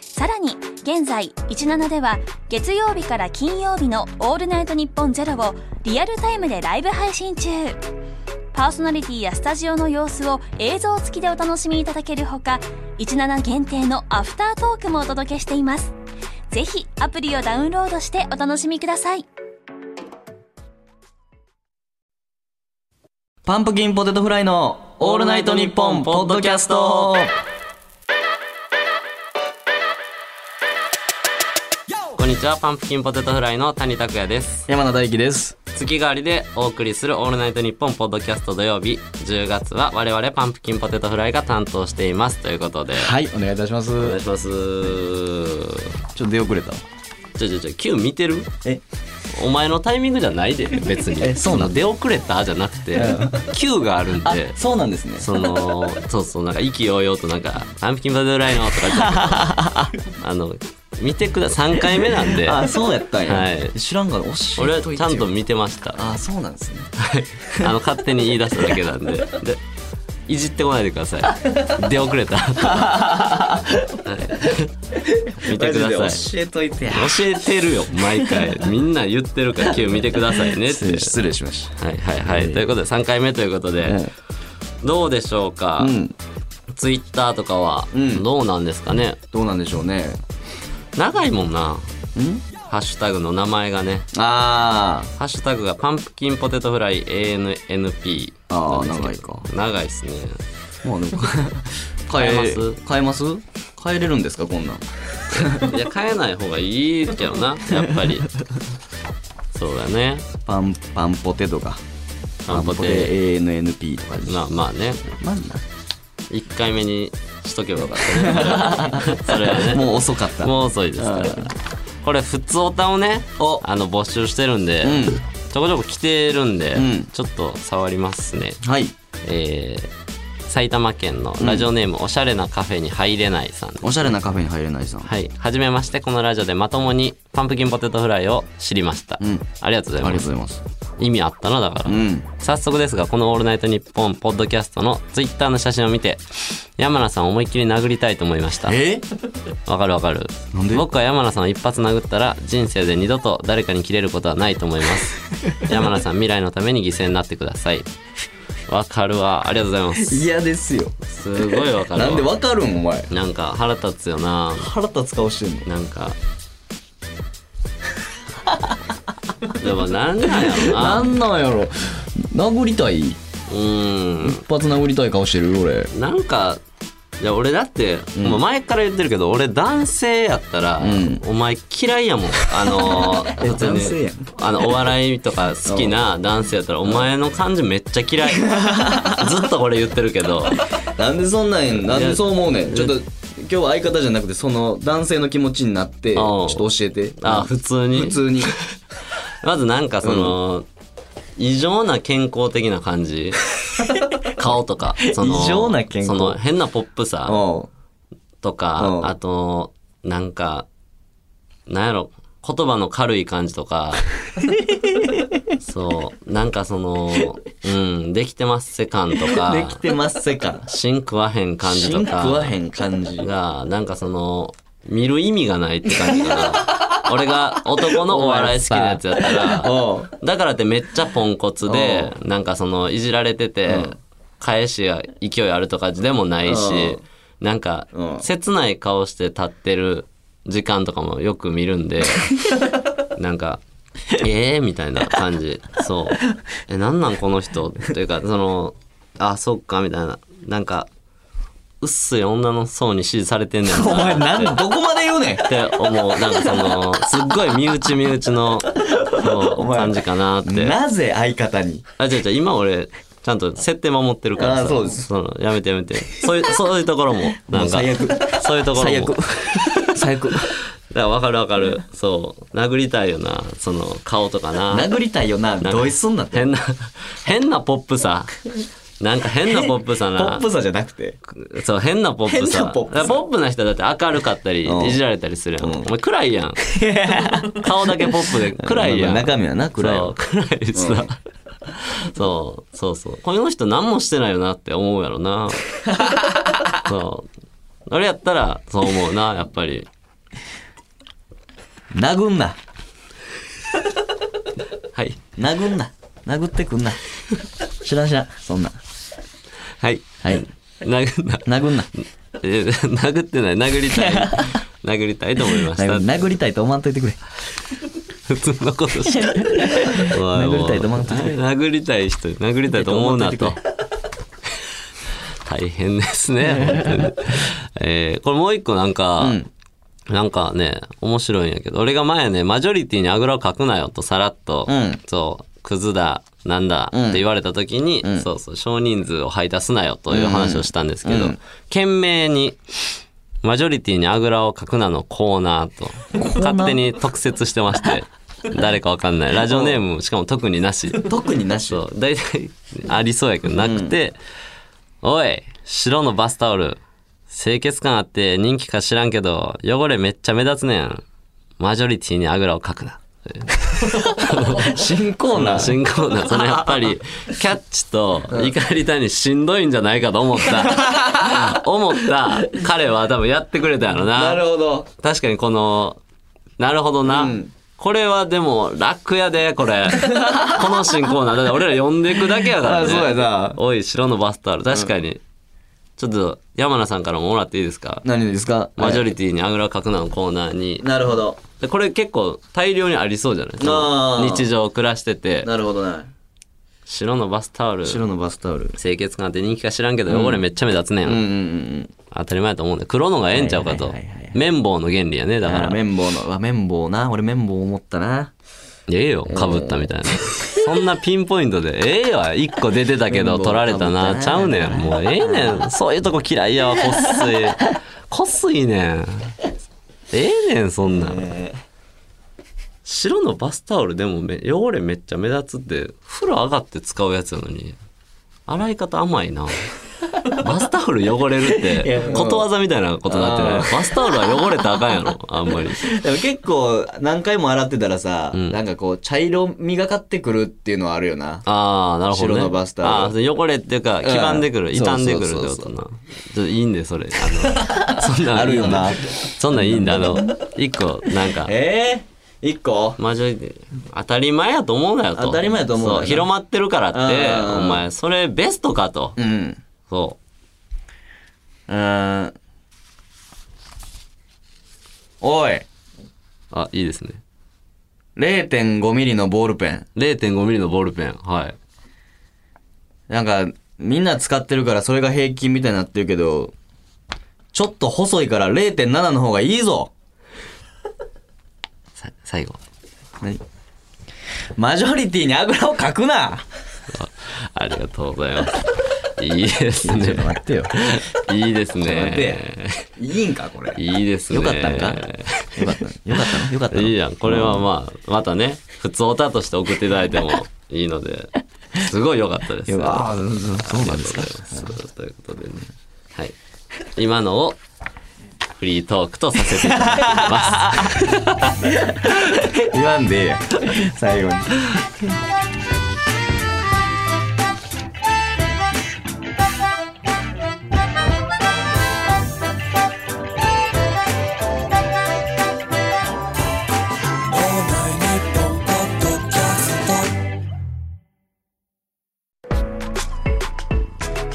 さらに現在17では月曜日から金曜日の「オールナイトニッポンゼロをリアルタイムでライブ配信中パーソナリティやスタジオの様子を映像付きでお楽しみいただけるほか17限定のアフタートークもお届けしていますぜひアプリをダウンロードしてお楽しみくださいパンプキンポテトフライのオールナイトニッポンポッドキャストこんにちはパンプキンポテトフライの谷拓也です山田大輝です月替わりでお送りする「オールナイトニッポン」ポッドキャスト土曜日10月は我々パンプキンポテトフライが担当していますということではいお願いいたしますお願いしますちょっと出遅れたちょちょちょ Q 見てるえお前のタイミングじゃないで別にえそうなの出遅れたじゃなくて Q があるんあでそうなんですねそのそうそうなんか意気揚々とな んか「パンプキンポテトフライの」とか言ってあの見てくだ3回目なんであそうやったんや、はい知らんがおっし俺はちゃんと見てましたあそうなんですねあの勝手に言い出しただけなんででいじってこないでください出遅れた、はい見てくだマさいジで教えといてや教えてるよ毎回みんな言ってるから今日見てくださいねって失礼失礼しましはいはいはい、ということで3回目ということで、どうでしょうたか、うんツイッターとかはうんどうなんですかね、どうなんでしょうね長いもんなんハッシュタグの名前がねあハッシュタグがパンプキンポテトフライ ANNP ーあー長いか長いですねまあで も変え変えます変えれるんですかこんなんいや変えない方がいいけどなやっぱりそうだねパンパンポテとかパンポテ ANNP とかにまあまあねまあ1回目にしとけばよかったねそれはねもう遅かったもう遅いですからこれ普通おたをねおあの募集してるんで、うんちょこちょこ来てるんで、うんちょっと触りますねはいえー埼玉県のラジオネーム、おしゃれなカフェに入れないさんおしゃれなカフェに入れないさんあはい、はじめましてこのラジオでまともにパンプキンポテトフライを知りました、んありがとうごりがとざいうまごすざいます意味あったなだから、うん早速ですがこの「オールナイトニッポン」ポッドキャストのツイッターの写真を見て山名さんを思いっきり殴りたいと思いましたえわかるわかるなんで僕は山名さんを一発殴ったら人生で二度と誰かに切れることはないと思います 山名さん未来のために犠牲になってくださいわかるわありがとうございます嫌ですよすごいわかるわなんでわかるんお前なんか腹立つよな腹立つ顔してんのな んかでもなんなんやろななんなんやろ殴りたい一うん発殴りたい顔してる俺なんかいや俺だって、もう前から言ってるけど俺男性やったら、んお前嫌いやもんあの 普通に男性やんあのお笑いとか好 きな男性やったらお前の感じめっちゃ嫌いずっと俺言ってるけどなんでそんなんやんなんでそう思うねんやちょっと今日は相方じゃなくてその男性の気持ちになってちょっと教えてあ普通に普通にまずなんかその、異常な健康的な感 じ顔とかその異常な健康その変なポップさおうとうか、んあと、なんか、なんやろ、言葉の軽い感じ とか、そう、なんかその、うん、できてますせ感とでかき、てますせか芯食わへん感じと芯食わかへん感じが、なんかその、見る意味がないって感じ かな。俺が男のお笑い好きなやつやったら、おうだからってめっちゃポンコツで、なんかその、いじられてて、返しが勢いあるとかでもないし、なんかう、ん切ない顔して立ってる時間とかもよく見 るんで、なんか、ええー、みたいな感じ。そう。え、なんなんこの人というか、その、あ、そっか、みたいな。なんか、薄い女の層に支持されてんねんな。お前なんどこまで言うねんって思う。なんかその、すっごい身内身内の、そおう、前感じかなって。なぜ相方にあ、違う違う、今俺、ちゃんと設定守ってるからさ。あそうですその、やめてやめて。そういう、そういうところも、なんか、もう最悪そういうところも。最悪最悪から分かる分かるそう殴りたいよなその顔とか な殴りたいよなか同意すんなって変な変なポップさなんか変なポップさポなップさじゃなくてそう変なポップさ変なポップさだからポップな人はだって明るかったりうんいじられたりするやん、うんお前暗い やん顔だけポップで暗いやまあんまあ中身はな暗いそうわ暗いさ、そうそうそうこの人何もしてないよなって思うや ろなそう俺やったらそう思うなやっぱり殴んなはい殴んな殴ってくんな知らん知らんそんなはいはい殴ん な殴んなえ殴ってない殴 りたい殴りたいと思いました殴殴りたいと思わんといてくれ普通のことして 殴りたいと思う殴りたい人殴りたいと思う なと大変ですね本当にえーこれもう一個なんか、うんなんかね面白いんやけど俺が前ねマジョリティにあぐらをかくなよとさらっと、うんそうクズだなんだうんって言われた時に、んそうそう少人数を排出すなよという話をしたんですけど、うん懸命にマジョリティにあぐらをかくなのコーナーと勝手に特設してま して誰かわかんないラジオネームしかも特になし特になしそう大体ありそうやけどなくて「おい白のバスタオル清潔感あって人気か知らんけど汚れめっちゃ目立つねんマジョリティにあぐらをかくな」新コーナー新コーナーそれやっぱりキャッチと怒り谷しんどいんじゃないかと思った 思った彼は多分やってくれたやろななるほど確かにこのなるほどな、うんこれはでも楽やでこれこの新コーナーだって俺ら呼んでいくだけやから、ね、あそうやなおい白のバスタオル確かに、ちょっと山名さんからももらっていいですか何ですかマジョリリティにあぐらかくなのコーナーになるほどでこれ結構大量にありそうじゃあないー日常暮らしててなるほどな白のバスタオル白のバスタオル清潔感って人気か知らんけど汚れめっちゃ目立つねん、うんうんうん当たり前やと思うんだ黒のがええんちゃうかとはいはいはいはいはい綿棒の原理やねだだかからら綿棒のうわ綿棒な俺綿棒思ったないやええよかぶったみたいな、そんなピンポイントでええよ1個出てたけどうん取られたな被ったなちゃうねんもうええねんそういうとこ嫌いやわこっすいこっすいねんええねんそんなん白のバスタオルでもめ汚れめっちゃ目立つって風呂上がって使うやつやのに洗い方甘いなバスタオル汚れるってことわざみたいなことになってないあバスタオルは汚れたらあかんやろあんまりでも結構何回も洗ってたらさ、んなんかこう茶色みがかってくるっていうのはあるよなああ、なるほど、ね。白のバスタオルあー汚れっていうか、黄ばんでくる、うん傷んでくるってそこうとそうそうな。ちょっといいんで、それ。あの、 そんなんあるよな。そんなんいいんだ、あの、一個、なんか、ええ一個マジョリティ当たり前やと思うなよと。当たり前やと思うなよそう、広まってるからって、うんうんうんお前、それベストかと。うんそう。ーんおいうあ、いいですね。 0.5ミリのボールペン0.5ミリのボールペン。はい。なんかみんな使ってるからそれが平均みたいになってるけどちょっと細いから0.7の方がいいぞさ最後。マジョリティにあぐらをかくなありがとうございます。 いいですね。待ってよいいですちょっと待ねっ。 いいんかこれいいですね。よかったんかよかったのよかったのよかったのいいやん。これはまあ、またね、普通オタとして送っていただいてもいいので、すごい良かったです。ああそうそうなんありでがすとかうございます。ということでね。はい。今のを、フリートークとさせていただき ま言わんでええやん最後に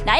ラ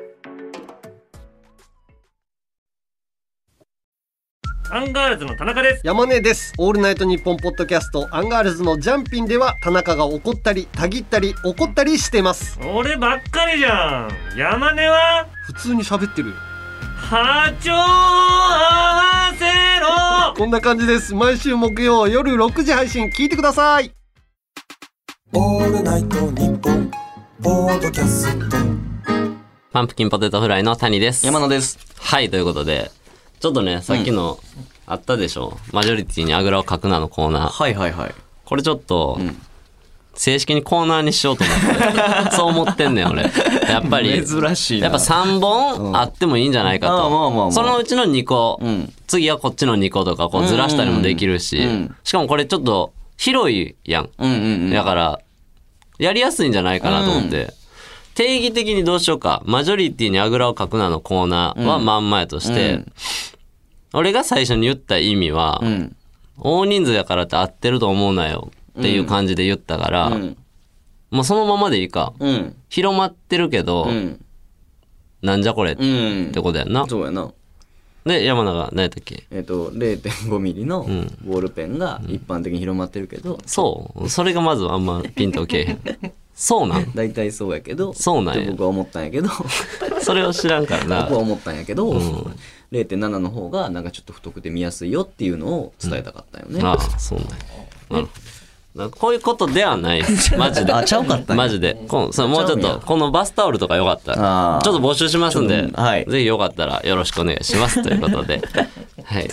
アンガールズの田中です。山根です。オールナイトニッポンポッドキャストアンガールズのジャンピンでは田中が怒ったり、たぎったり、怒ったりしてます。俺ばっかりじゃん。山根は普通に喋ってるよ。波長を合わこんな感じです。毎週木曜夜6時配信聞いてください。オールナイトニッポンポッドキャストパンプキンポテトフライの谷です。山野です。はい、ということで、ちょっとね、さっきの、あったでしょ、マジョリティにあぐらをかくなのコーナー。はいはいはい。これちょっと、ん正式にコーナーにしようと思 って、そう思ってんねん、俺。やっぱり、珍しいな。やっぱ3本あってもいいんじゃないかああまあまあまと。あそのうちの2個、うん次はこっちの2個とか、こうずらしたりもできるし、うんうんうんしかもこれちょっと広いやん。うんうんうん。だから、やりやすいんじゃないかなと思って。定義的にどうしようか。マジョリティにあぐらをかくなのコーナーはまんまやとして、うん俺が最初に言った意味は、うん。大人数やからって合ってると思うなよっていう感じで言ったから、うん。もうそのままでいいか。うん。広まってるけど、うん。なんじゃこれっうてん。ことやんな。そうやな。で、山名が何やったっけえっと、0.5ミリのボんールペンが一般的に広まってるけど、そう。それがまずあんまピンとけえへん。そうなん大体そうやけど、そうなんやって僕は思ったんやけど、それを知らんから な僕は。思ったんやけど、0.7の方がなんかちょっと太くて見やすいよっていうのを伝えたかったよね。ああ、そうなんやなるほど。こういうことではないです。マジで。あちゃうかったんやマジで。こんそうもうちちゃょっうんとや、このバスタオルとかよかったあら、ーちょっと募集しますんちょでっ、とはいぜひよかったらよろしくお願いします。というこ とで。はい。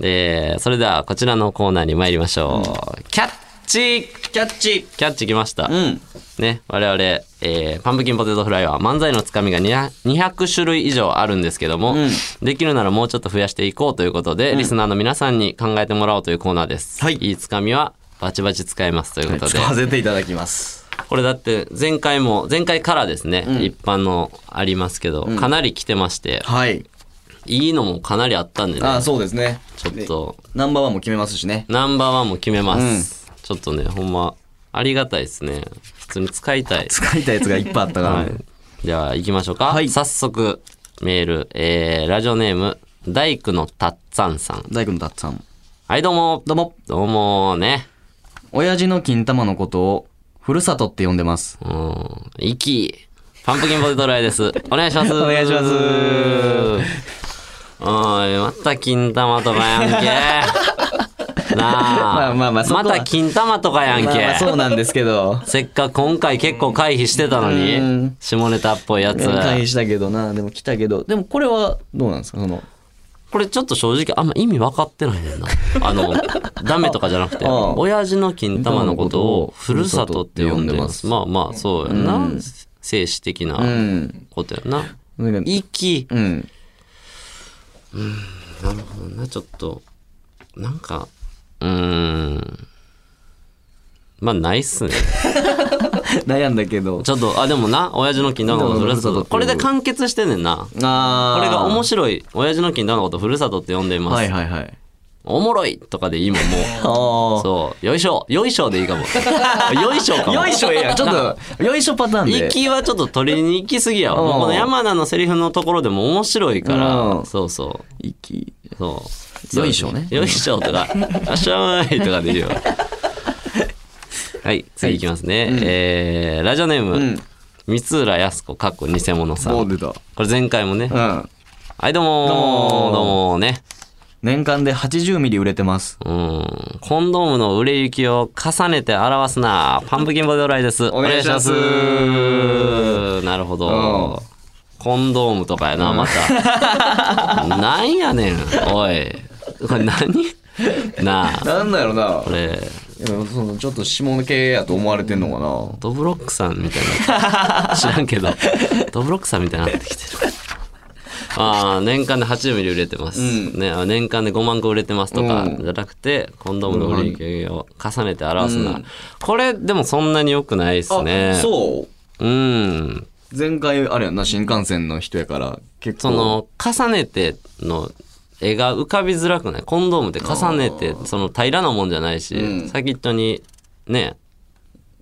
えーそれではこちらのコーナーに参りましょう。キャッチキャッチキャッチ来ました。うん。ね、我々、えーパンプキンポテトフライは漫才のつかみが200 200種類以上あるんですけども、うんできるならもうちょっと増やしていこうということで、リスナーの皆さんに考えてもらおうというコーナーです。はいいいつかみはバチバチ使えますということで、使わせていただきます。これだって前回も前回からですね、一般のありますけど、かなり来てまして、はい。いいのもかなりあったんでねああ、そうですね。ちょっとナンバーワンも決めますしね。ナンバーワンも決めます、ちょっとねほんまありがたいですね普通に使いたい使いたいやつがいっぱいあったから、はい、では行きましょうか、はい早速メール、えー、ラジオネーム大工のたっつぁんさん大工のたっさん。はいどうもどうも。どうもね親父の金玉のことを、ふるさとって呼んでます。うん息パンプキンポテトフラ イですお願いしますお願いしますおいまた金玉とかや んけなあまあまあまあそこはまた金玉とかやんけ、まあまあそうなんですけど。 せっかく今回結構回避してたのうにん下ネタっぽいやつ回避したけどな、でも来たけど、でもこれはどうなんですかその、これちょっと正直あんま意味分かってないねん な。あの、ダメとかじゃなくて、ああ親父の金玉のことをふるさとって呼んでます。ふるまあまあ、そうやな。精子的なうん。ことやな。なんか息、 うん。なるほどな、ちょっと、なんか、うーん。まあ、ないっすね。悩んだけど。ちょっと、あ、でもな、親父の金玉のことふるさふるさとと。ってこれで完結してんねんな。あこれが面白白い。親父の金玉のことふるさとって呼んでいます。はいはいはい。おもろいとかでいいもん、もう。あそう。よいしょ。よいしょでい いかも。よいしょかも。あ。よいしょええやん。ちょっと、よいしょパターンで。行きはちょっと取りに行きすぎやわ。うんもうこの山名のセリフのところでも面白いかうら。んそうそ息。う。そう。よいしょねよいしょ とか、あっしゃーいとかでいいよ。はい、次いきますね。えーラジオネーム、ん三浦靖子、かっこ偽物さん。出た。これ前回もね。うん。はい、どうもーどうもーどうもーね。年間で80ミリ売れてます。うん、コンドームの売れ行きを重ねて表すな。パンプキンボディオライです。お願いしますお願いしますなるほど。コンドームとかやな、また。 なんやねん、おい。これ何 なあ、なんだろうなこ。れ、そのちょっと下の系やと思われてんのドブロックさんみたいな。知らん けど、ドブロックさんみたいになってきてる。ああ年間で80ミリ売れてます、うんね、あ年間で5万個売れてますとかうんじゃなくて、コンドームの売り上げを重ねて表すな、うんこれでもそんなに良くないでかすな。ねうそううん前回あれやんな新幹線の人やから結構その重ねての絵が浮かびづらくないコンドームって重ねてその平らなもんじゃないし、うん先っちょにね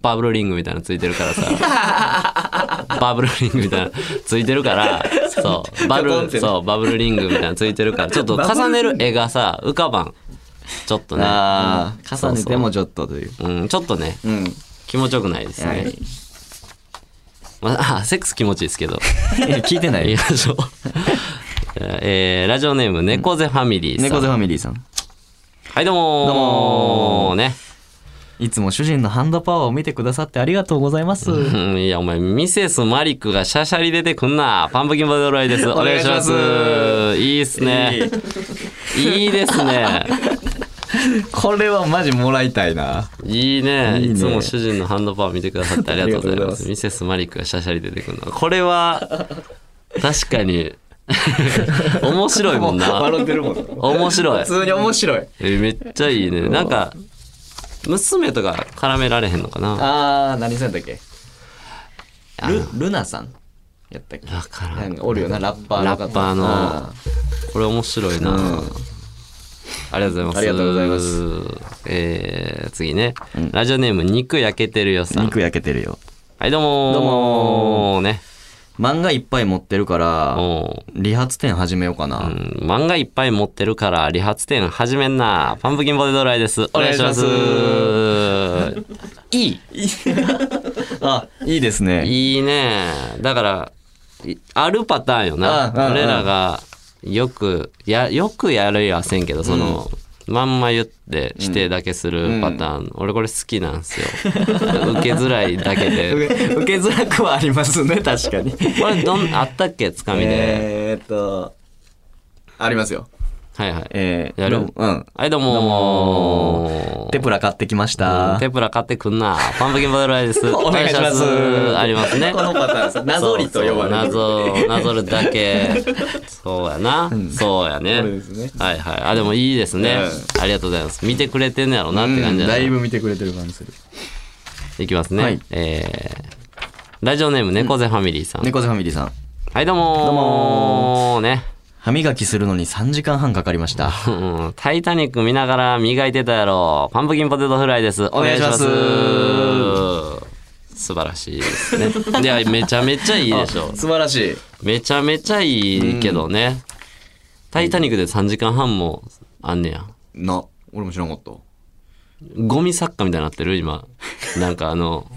バブルリングみたいなのついてるからさ バブルリングみたいなのついてるからそうバブちょこんってルねそうバブルリングみたいなのついてるからちょっと重ねる絵がさ浮かばんちょっとね、あうんー重ねてもちょっとという。うん、ちょっとねうん。気持ちよくないですね、はいまああセックス気持ちいいですけどいや 聞いてない言いよ。ましょう。えーラジオネーム、猫背ファミリーさん。猫背ファミリーさん。はい、どうもーどうもーね。いつも主人のハンドパワーを見てくださってありがとうございます。うんいや、お前、ミセスマリックがシャシャリ出てくんな。パンプキンボドロイです。お願いしま す。お願いいっすね。いいですね。 これはマジもらいたいな。いいね いいねいつも主人のハンドパワー見てくださってありがとうございありがとうございまま。すすミセスマリックがシャシャリ出てくんな。これは、 確 かに、面白いもんな。笑ってるもん。普面白い。通に面白い。えめっちゃいいねなんか娘とか絡められへんのかなあー、何さんだっけあのルルナさんやったっけわからんなんかおるよな、ラッパーの方。ラッパーのあこれ面白いな、うんありがとうございますありがとうございますえー、次ね、ラジオネーム肉焼けてるよさーん肉焼けてるよ。はいどうもーどうもね漫画いっぱい持ってるから、も理髪店始めようかう、うな。ん、漫画いっぱい持ってるから理髪店始めんなパンプキンボデドライですお願いしますお いいあ、いいですね。いいねだからいあるパターンよなあああ俺らがよくやよくやるやはせんけどその、まんま言って指定だけするパターン、俺これ好きなんですよ 受けづらいだけ 受でけ受けづらくはあります ね、確かに。これどんあったっけつかみで、えーっと、ありますよ。はいはい、えー、やるどううん。はいどうもーテプラ買ってきましうんた。テプラ買ってくんなパンプキンバドライで すお願いしますお願いしありま すねこのパターンです謎りと呼ばれるそうそう謎なぞるだ けそうやな、そうやねこれですねはいはいあでもいいですね、ありがとうございます見てくれてんねやろなって感じうんだ,、だいぶ見てくれてる感じする。いきますね、はいえーラジオネーム猫背ファミリーさん、猫背ファミリーさん。はいどうもーどうもね歯磨きするのに3時間半かかりま した。うんタイタニック見ながら磨いてたやろ。パンプキンポテトフライです。お願いします。素晴らしいですね。いや、めちゃめちゃいいでしょあ。素晴らしい。めちゃめちゃいいけどね。タイタニックで3時間半もあんねや。な、俺も知らんかった。ゴミ作家みたいになってる今。なんかあの、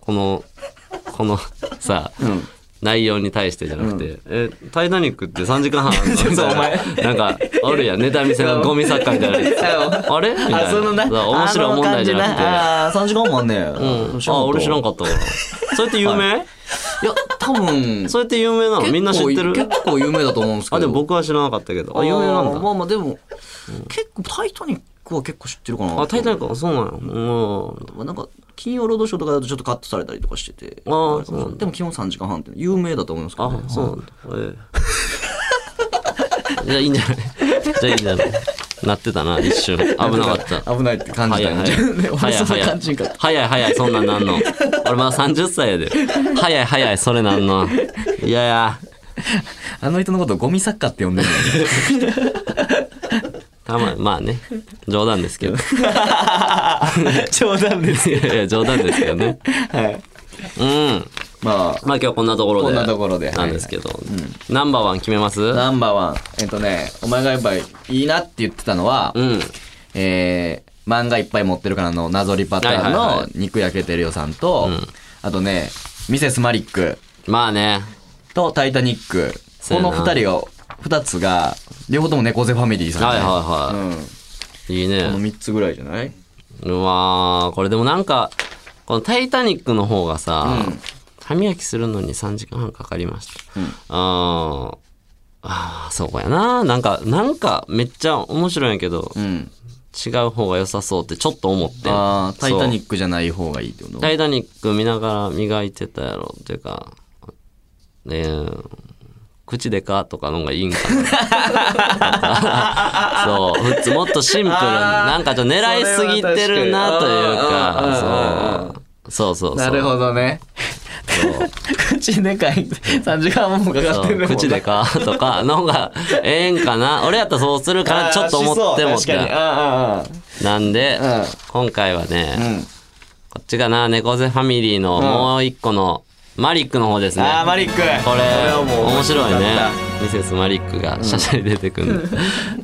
この、このさ、内容に対してじゃなくて、え、タイタニックって3時間半あん のみたいなお前なんか、あるやん、ネタ見せのゴミ作家み たいな。あれみたいな。あ、そのな、そう面白い問題じゃなくあの感じて。なあー、3時間もあんね。うん、あ、俺知らんかっかったから。それって有名、た。いや、多分、それって有名なのみんな知ってる結構結構有名だと思うんですけど。あ、でも僕は知らなかったけど。あ、有名なんだあー。まあまあ、でも、結構、タイタニックは結構知ってるかな。あ、タイタニック、そうなのうん。まあなんか、金曜ロードショーとかだとちょっとカットされたりとかしてて。あーそうなんだでも基本3時間半って有名だと思いますけど、あね。、そうなんだ。ええじゃあいいんじゃないじゃあいいんじゃないなってたな、一瞬。危なかった。危ないって感じ早たいよね。早いね 俺早いそんな早感いじか。早い早いそんなんなんの俺まだ30歳やで早い早いそれなんのいやいやあの人のことゴミ作家って呼んでるのねたままあね冗談ですけど 冗談ですいよ。やいや冗談ですけどねはい。うんまあ、まあ今日はこんなところでこんなところでなんですけど、ナンバーワン決めますナンバーワン。えっとね、お前がやっぱいいなって言ってたのは、うんえー、漫画いっぱい持ってるからのなぞりパターンはいはいはのい肉焼けてるよさんと、あとね、ミセスマリックまあねとタイタニック。そうこやなの二人が、二つが、両方とも猫背ファミリーさん、ね。はいはいはうん。い、いいねこの三つぐらいじゃないうわーこれでもなんかこの「タイタニック」の方がさ、うん歯磨きするのに3時間半かかりました、あーあーそうやななんかなんかめっちゃ面白いんやけど、うん。違う方が良さそうってちょっと思ってああ、タイタニッックじゃない方がいいってことタイタニック見ながら磨いてたやろっていうかねえ口でかとかの方がいいんか なそう普通もっとシンプルになんかちょっと狙いすぎてるなというそれは確かかにあーあーあーあーそうそうそうそなうるほどね。 口でかい3時間もかかってるそう口でかーとかの方がええんかな俺やったらそうするかなちょっと思ってもっ確かにてああなんでうん今回はああねうんこっちかな猫背ファミリーのもう一個のマリックの方ですねああマリックこれはもう面白いねだっミセスマリックがシャシャリ出てくる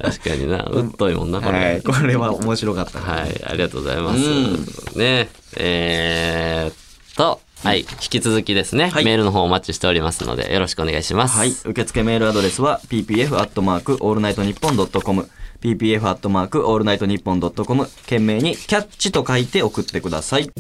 確かになうっといもんなたこはれいこれは面白かったはい、ありがとうございます。うねえーっと、はい、引き続きですね、はいメールの方お待ちしておりますので、よろしくお願いします。はい。受付メールアドレスは ppf アットマークオールナイトニッポンドットコム ppf アットマークオールナイトニッポンドットコム懸命にキャッチと書いて送ってください。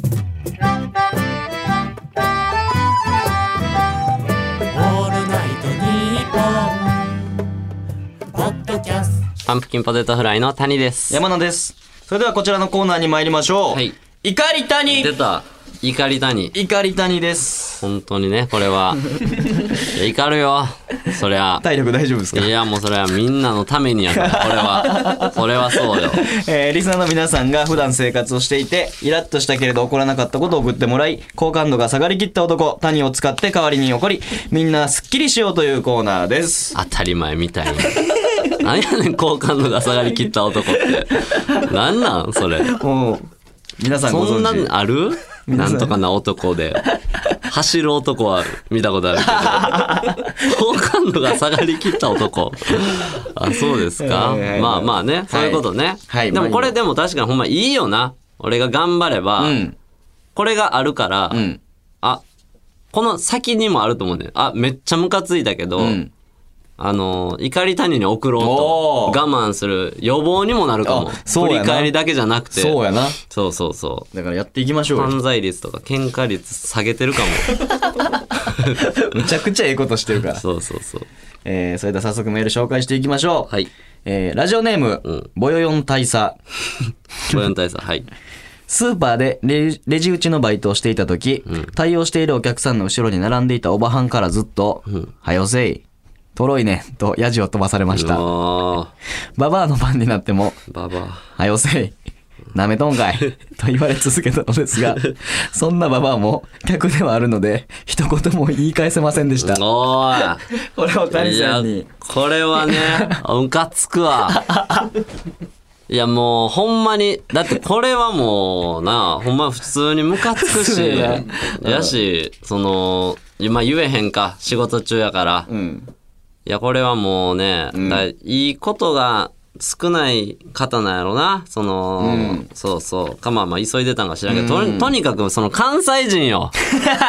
パンプキンポテトフライの谷です。山名です。それではこちらのコーナーに参りましょう。はい。怒り谷出た、怒り谷。怒り谷です。本当にね、こ れは。いや怒るよ、そりゃ。体力大丈夫ですかいや、もうそれはみんなのためにやから、これは。これはそうよ。 えーリスナーの皆さんが普段生活をしていてイラッとしたけれど怒らなかったことを送ってもらい好感度が下がりきった男谷を使って代わりに怒りみんなすっきりしようというコーナーです当たり前み たいに。何やねん、好感度が下がりきった男って。何なん、それ。もう皆さんごそんな存知んあるなんとかな男で。走る男は見たことある けど。好感度が下がりきった男。あ、そうですか。はいはいはいまあまあね、そういうことね。はいでもこまあいれいでも確かにほんまいいよな。俺が頑張れば、うんこれがあるから、うんあ、この先にもあると思うね。あ、めっちゃムカついたけど、うんあの、怒り谷に送ろうと、おー我慢する予防にもなるかも。あそう振やりな返りだけじゃなくて。そうやなそうそうそう。だからやっていきましょうよ犯罪率とか喧嘩率下げ てるかもむちゃくちゃええことしてるから、 そうそうそうえー、それでは早速メール紹介していきましょうはいえーラジオネーム、うんボヨヨン大佐雇用対策はいスーパーでレジレジ打ちのバイトをしていた時、対応しているお客さんの後ろに並んでいたおばはんからずっとん「はよせい」「とろいね」とヤジを飛ばされましたもババアの番になってもうババ「はよせい」「なめとんかい」と言われ続けたのですがそんなババアも客ではあるので一言も言い返せませんでしたアおーこれをい谷いさやんにこれ はねムカつくわいやもうほんまにだってこれはもうなほんま普通にムカつくしそうややしその今言えへんか仕事中やからうんいや、これはもうね、だいいことが少ない方なんやろな。その、そうそう。か、まあまあ、急いでたんか知らんけど、とにとにかく、その関西 人よ。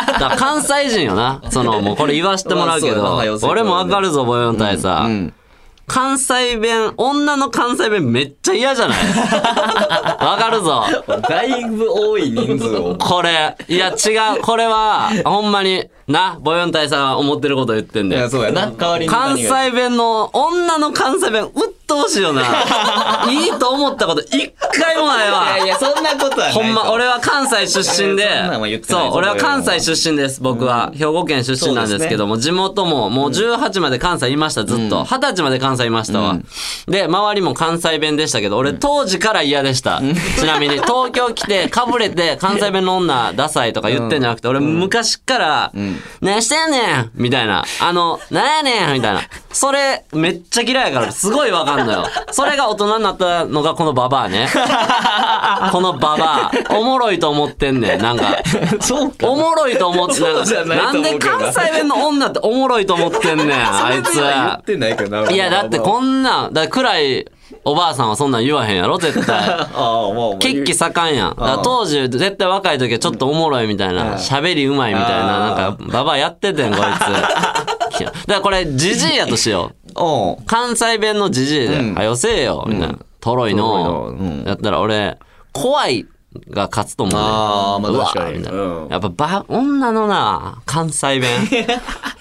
だから関西人よな。その、もうこれ言わしてもらうまあそうけやなどはよ、せ俺もわかるぞ、ボヨン大佐。うん関西弁、女の関西弁めっちゃ嫌 じゃないわかるぞ。だいぶ多い人数をこれ、いや違う、これは、ほんまに、な、ボヨン大佐は思ってること言ってんいだよや。そうやな代わりに関谷が西弁の、女の関西弁、うっとうしい よな。いいと思ったこと一回もないわ。いやいやそんなことはないほんま、俺は関西出身でいやいやそんなんは言っ、てないそうぞ、俺は関西出身です、僕は。兵庫県出身なんですけども、地元ももう18まで関西いました、ずっと。20歳まで関西いましたわ。で、周りも関西弁でしたけど、俺当時から嫌でした。ちなみ に、東京来て、かぶれて、関西弁の女、ダサいとか言ってんじゃなくて、俺昔から、何してんねんみたいな。あの、何やねんみたいな。それ、めっちゃ嫌いやから、すごいわかんのよ。それが大人になったのがこのババア ね。このババア、おもろいと思ってんねん。なんか、そうかおもろいと思ってんそうじゃないとな思んうけでど関西弁の女っておもろいと思ってんねん、あ言いっつ。てないけどな。いや、だってこんんなん、だから暗いおばあさんはそんなん言わへんやろ、絶対。ああ、もう。血気盛んやん。だから当時、絶対若い時はちょっとおもろいみたいな、喋りうまいみたいな、なんか、ババアやっててん、こい つ。いやだからこれ、ジジイやとしよう。お関西弁のじじいでう「んはよせえよ」みたいな「とろいのとろいのう」んやったら俺「怖い」が勝つと思うねあーまあうわ確かにみたいうんなやっぱば女のな関西弁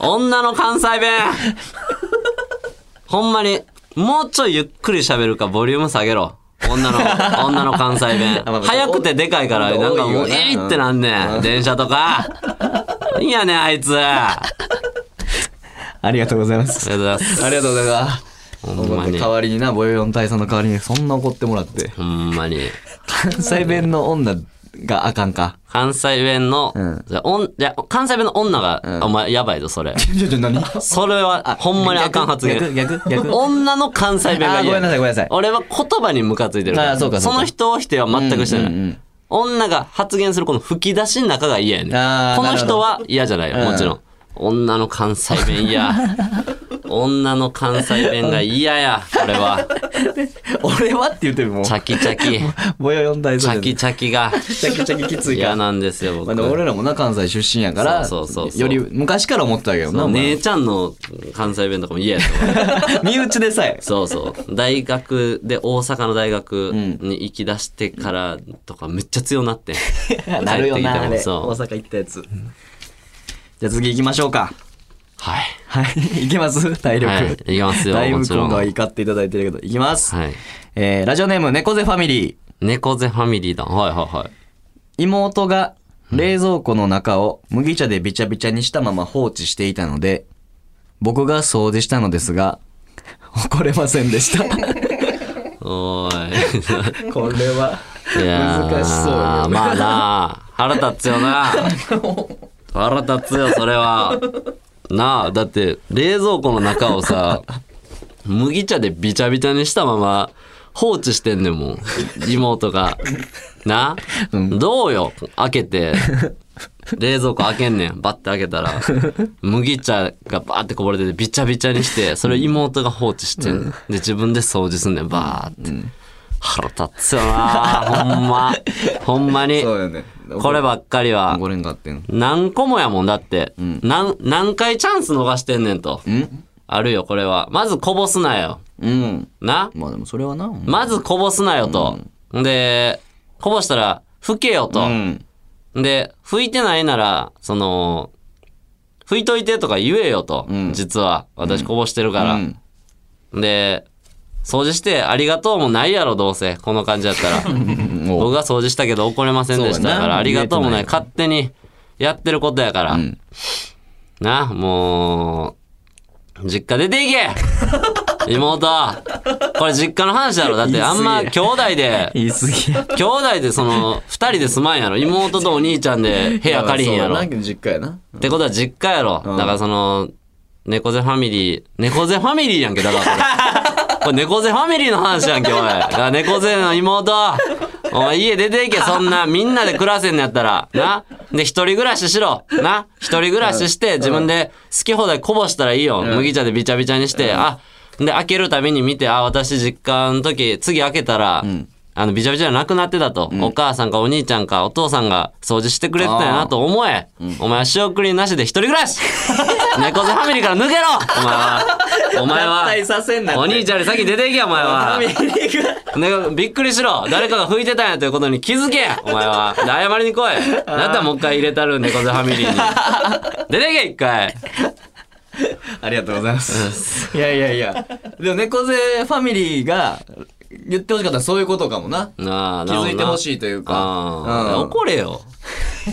女の関西弁ほんまにもうちょいゆっくり喋るかボリューム下げろ女の女の関西弁あまあ早くてでかいからまあなんか多もういよねえいってなんねん電車とかいいやねんあいつあありがとうございまりす。がとうございますありがとうございます。ほんまに代わりに な、ボヨヨン大佐の代わりに、そんな怒ってもらって。ほんまに関西弁の女、があかんか。関西弁の、うんじゃあおんじゃあ関西弁の女が、うんお前やばいぞそれちょちょ、何それはほんまにあかん発言逆逆逆女の関西弁があー言ごめうんなさいごめんなさい俺は言葉にムカついてるからあーそうかそうかの人を否定は全くしてない、うんうんうん女が発言するこの吹き出しの中が嫌やねあんーこの人は嫌じゃないよなるほどもちろん、女の関西弁 嫌女の関西弁が嫌やこれは俺はって言ってるもんチ。ャキチャキ ぼよよん大チ好ャき。キチャキがちゃきちゃききついか嫌ら。なんですよまあ僕でも俺らもな、関西出身やから、そうそうそうそうより昔から思ってたけどな、お前姉ちゃんの関西弁とかも嫌やと思う身内でさえ。そうそう。大学で、大阪の大学に行き出してからとか、めっちゃ強な ってん。 なるよな、あ帰ってきてもれ。そう大阪行ったやつ。じゃあ次行きましょうか。はい。はい。い けます体力。はいいけますよだいぶもちろ今ん度は怒っていただいてるけど、いきます。はい。えーラジオネーム、猫背ファミリー。猫背ファミリーだ。はいはいはい。妹が冷蔵庫の中を麦茶でびちゃびちゃにしたまま放置していたので、僕が掃除したのですが、 怒れませんで した。おーこれは。 い。いやー難しそうよまあなあ腹立つよ な腹立つよ、それは。なあ、だって、冷蔵庫の中をさ、麦茶でびちゃびちゃにしたまま放置してんねんもん。妹が。な、どうよ開けて。冷蔵庫開けんねん。バッて開けたら、麦茶がバーってこぼれてて、びちゃびちゃにして、それを妹が放置してんねんで、自分で掃除すんねん、バーって。腹立つよなほんま。ほんまに。そうよね。こればっかりは。怒れんかってん。何個もやもんだって、なん、何回チャンス逃してんねんとんあるよこれはまずこぼすなようん。なまあでもそれはな。ままずこぼすなよと、でこぼしたら拭けよとう、ん。で拭いてないならその拭いといてとか言えよと、ん実は私こぼしてるから、うんで掃除してありがとうもないやろどうせこの感じ やったら僕が掃除したけど怒れませんでしそうたやなからありがとうも言ないえてな勝手にやってることやから、んなもう実家出て いけ妹これ実家の話だろだってあんま言い過兄弟で言い過ぎや。兄弟でその2人で住まんやろ妹とお兄ちゃんで部屋借りへんやろまあそうな実家やな。ってことは実家やろ。だからその、猫背ファミリー、猫背ファミリーやんけ、だからこれ。これ猫背ファミリーの話やんけ、おい。だから猫背の妹、お前家出ていけ、そんな、みんなで暮らせんのやったら、な。で、一人暮らししろ、な。一人暮らしして、自分で好き放題こぼしたらいいよ。麦茶でびちゃびちゃにして、あ、で、開けるたびに見て、あ、私実家の時、次開けたら、あの、びちゃびちゃじゃなくなってたと。お母さんかお兄ちゃんかお父さんが掃除してくれてたんやなと思え。お前は仕送りなしで一人暮らし 猫背ファミリーから抜けろお前は。お前は。させんお兄ちゃんより先出ていけ、お前は。ねびっくりしろ。誰かが吹いてたんやということに気づけ、お前は。で謝りに来い。なんだったらもう一回入れたる、猫背ファ ミリーに。出てけ、一回。ありがとうございます。いやいやいや。でも猫背ファミリーが言ってほしかったのはそういうことかもな。なあ気づいてほしいというかあーうん怒れよ。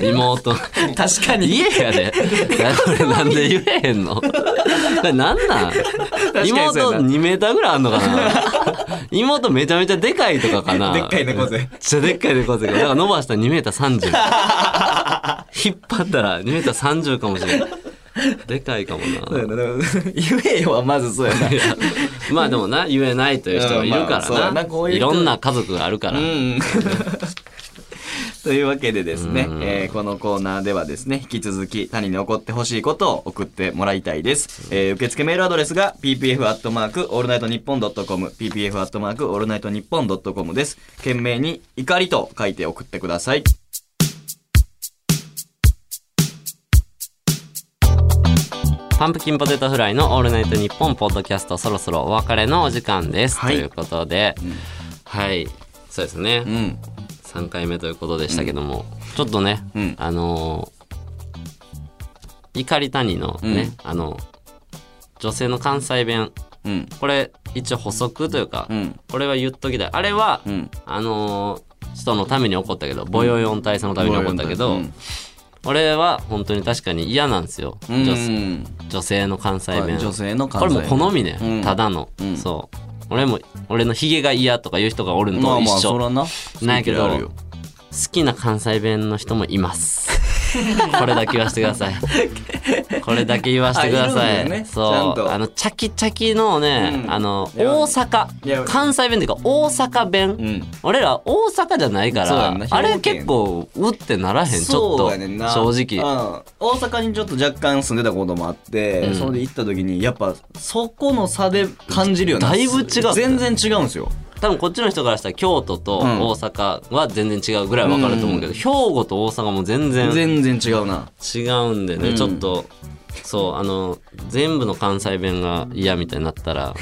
妹。 確かに。言えや で。俺なんで言えへんのこれなんなんにそうやな妹2メーターぐらいあんのかな 妹めちゃめちゃでかいとかかなでっかい猫背めっちゃでっかい猫背が。だから伸ばしたら2メーター30。引っ張ったら2メーター30かもしれない。でかいかもそうやな。なでも 言えよはまずそうやな。まあでもな、言えないという人がいるまかあそうやらな。なこういうい人ろんな家族があるから。うん。 というわけでですね、うんえーこのコーナーではですね、引き続き谷に起こってほしいことを送ってもらいたいです。えー受付メールアドレスが ppf アットマークオールナイトニッポンドットコム、ppf アットマークオールナイトニッポンドットコムです。懸命に怒りと書いて送ってください。パンプキンポテトフライの「オールナイトニッポン」ポッドキャストそろそろお別れのお時間です、はいということで、はいそうですね、うん。 3回目ということでしたけども、ちょっとね、うんあのー怒り谷のね、あの女性の関西弁うん。これ一応補足というか、うん。これは言っときたいあれは、うん。あのー人のために起こったけど母用四体そのために起こったけど、うん俺は本当に確かに嫌なんですよ、女うん女性の関西弁女性の関こ西れもう好みね、うんただの、うんそう俺も俺のヒゲが嫌とかいう人がおるのまあと一まあ、緒、そらな。なんやけど好き嫌いあるよ好きな関西弁の人もいます。 これだけ言わせてく ださい。これだけ言わせてくだあいさるい。んだよねちゃんそう、とあのチャキチャキのね、うんあのいや大阪いや関西弁っていうか大阪弁、うん俺ら大阪じゃないかそうやら、んなあれ兵庫県結構うってならへん ちょっそうとやねんな正直。うん大阪にちょっと若干住んでたこともあって、うんそれで行った時にやっぱそこの差で感じるよねだいぶ違う全然違うんですよ多分こっちの人からしたら京都とうん大阪は全然違うぐらいわかると思うけど、うん兵庫と大阪も全然全然違うな違うんでね、うんちょっとそうあの全部の関西弁が嫌みたいになっ たら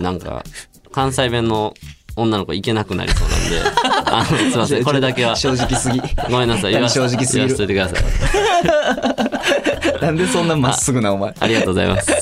なんか関西弁の女の子行けなくなりそうなんであの すいませんこれだけは正直すぎ ごめんなさい言わせ正直すぎ言るわせといてくださいなんでそんなまっすぐなお前ありがとうございます。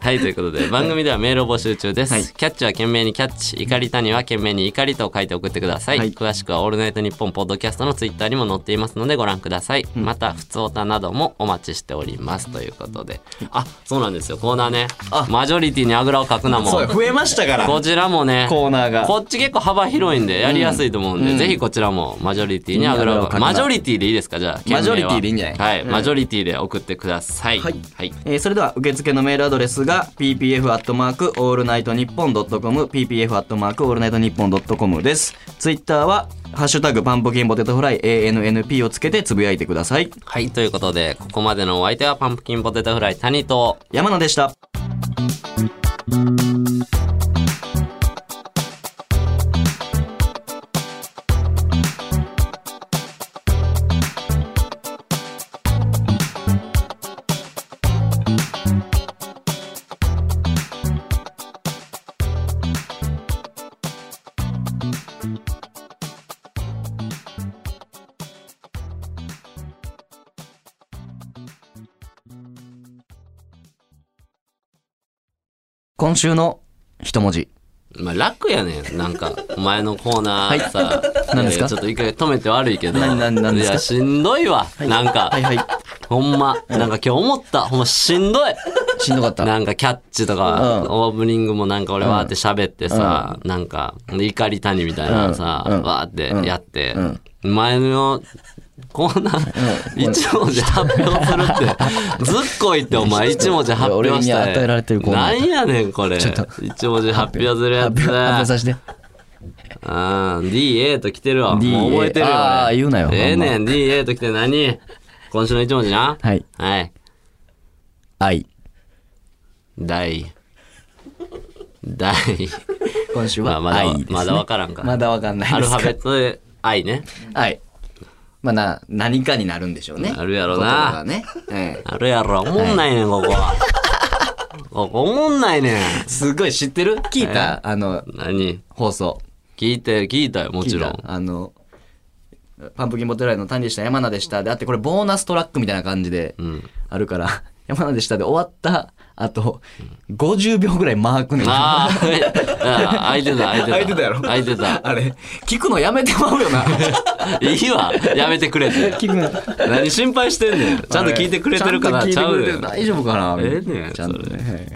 はい、ということで、番組ではメールを募集中です。キャッチは懸命にキャッチ、怒り谷は懸命に怒りと書いて送ってください。はい詳しくはオールナイトニッポンポッドキャストのツイッターにも載っていますのでご覧ください。また、ふつおたなどもお待ちしております。ということで。あ、そうなんですよ、コーナーね。あマジョリティにあぐらをかくなもそうや増えましたからこちらもね、コーナーがこっち結構幅広いんでやりやすいと思うんで、うんぜひこちらもマジョリティにあぐらをかうくんマジョリティでいいですかじゃあ件名はマジョリティでいいんじゃないはい、うんマジョリティで送ってくださいはいはいえーそれでは受付のメールアドレスが ppf アットマークオールナイトニッポンドットコム ppf アットマークオールナイトニッポンドットコムです。ツイッターはハッシュタグパンプキンポテトフライ ANNP をつけてつぶやいてください。はい、ということで、ここまでのお相手はパンプキンポテトフライ谷と、山野でした。今週の一文字。まあ楽やねん。なんか、お前のコーナーさ、いやいや何ですかちょっと一回止めて悪いけど、何何何ですかいや、しんどいわ。なんか、はいはい。ほんま、なんか今日思った。ほんましんどい。しんどかった。なんかキャッチとか、うんオープニングもなんか俺わーって喋ってさ、なんか怒り谷みたいなのさ、うんうんわーってやって、ん前のコーナー、一文字発表す るって、ずっこいってお前一文字発表しいやた俺に与えられてるコーナーなんやねんこれ。ちょっと一文字発表するやつ。発表発表させて。うん、DA と来てるわ。 DA もう覚えてるよ。あー俺言うなよええねほん、DA と来て何今週の一文字な。はい。はい。愛。大。大。今週まはあ、まだ愛わです、ねまだわからんか。まだわかんないですアルファベト。ットで愛ね。はい。まあな、何かになるんでしょうね。なるやろな言葉がね。ええあるやろ。おもんないねん、ここは。ここおもんないねん。すごい知ってる聞いたあの、何放送。聞いて、聞いたよ、もちろ聞いん。たあのパンプキンボトルライの谷でした山名でしたであってこれボーナストラックみたいな感じでんあるから、山名でしたで終わったあと50秒ぐらいマークねんあーいや、開いてた、開いてた。開いてたやろ開いてた。あれ聞くのやめてまうよないいわ。やめてくれて。聞くの何心配してんねん。ちゃんと聞いてくれてるかな、ちちゃゃんとう聞いてくれねてんる。大丈夫かなええねんちゃんとね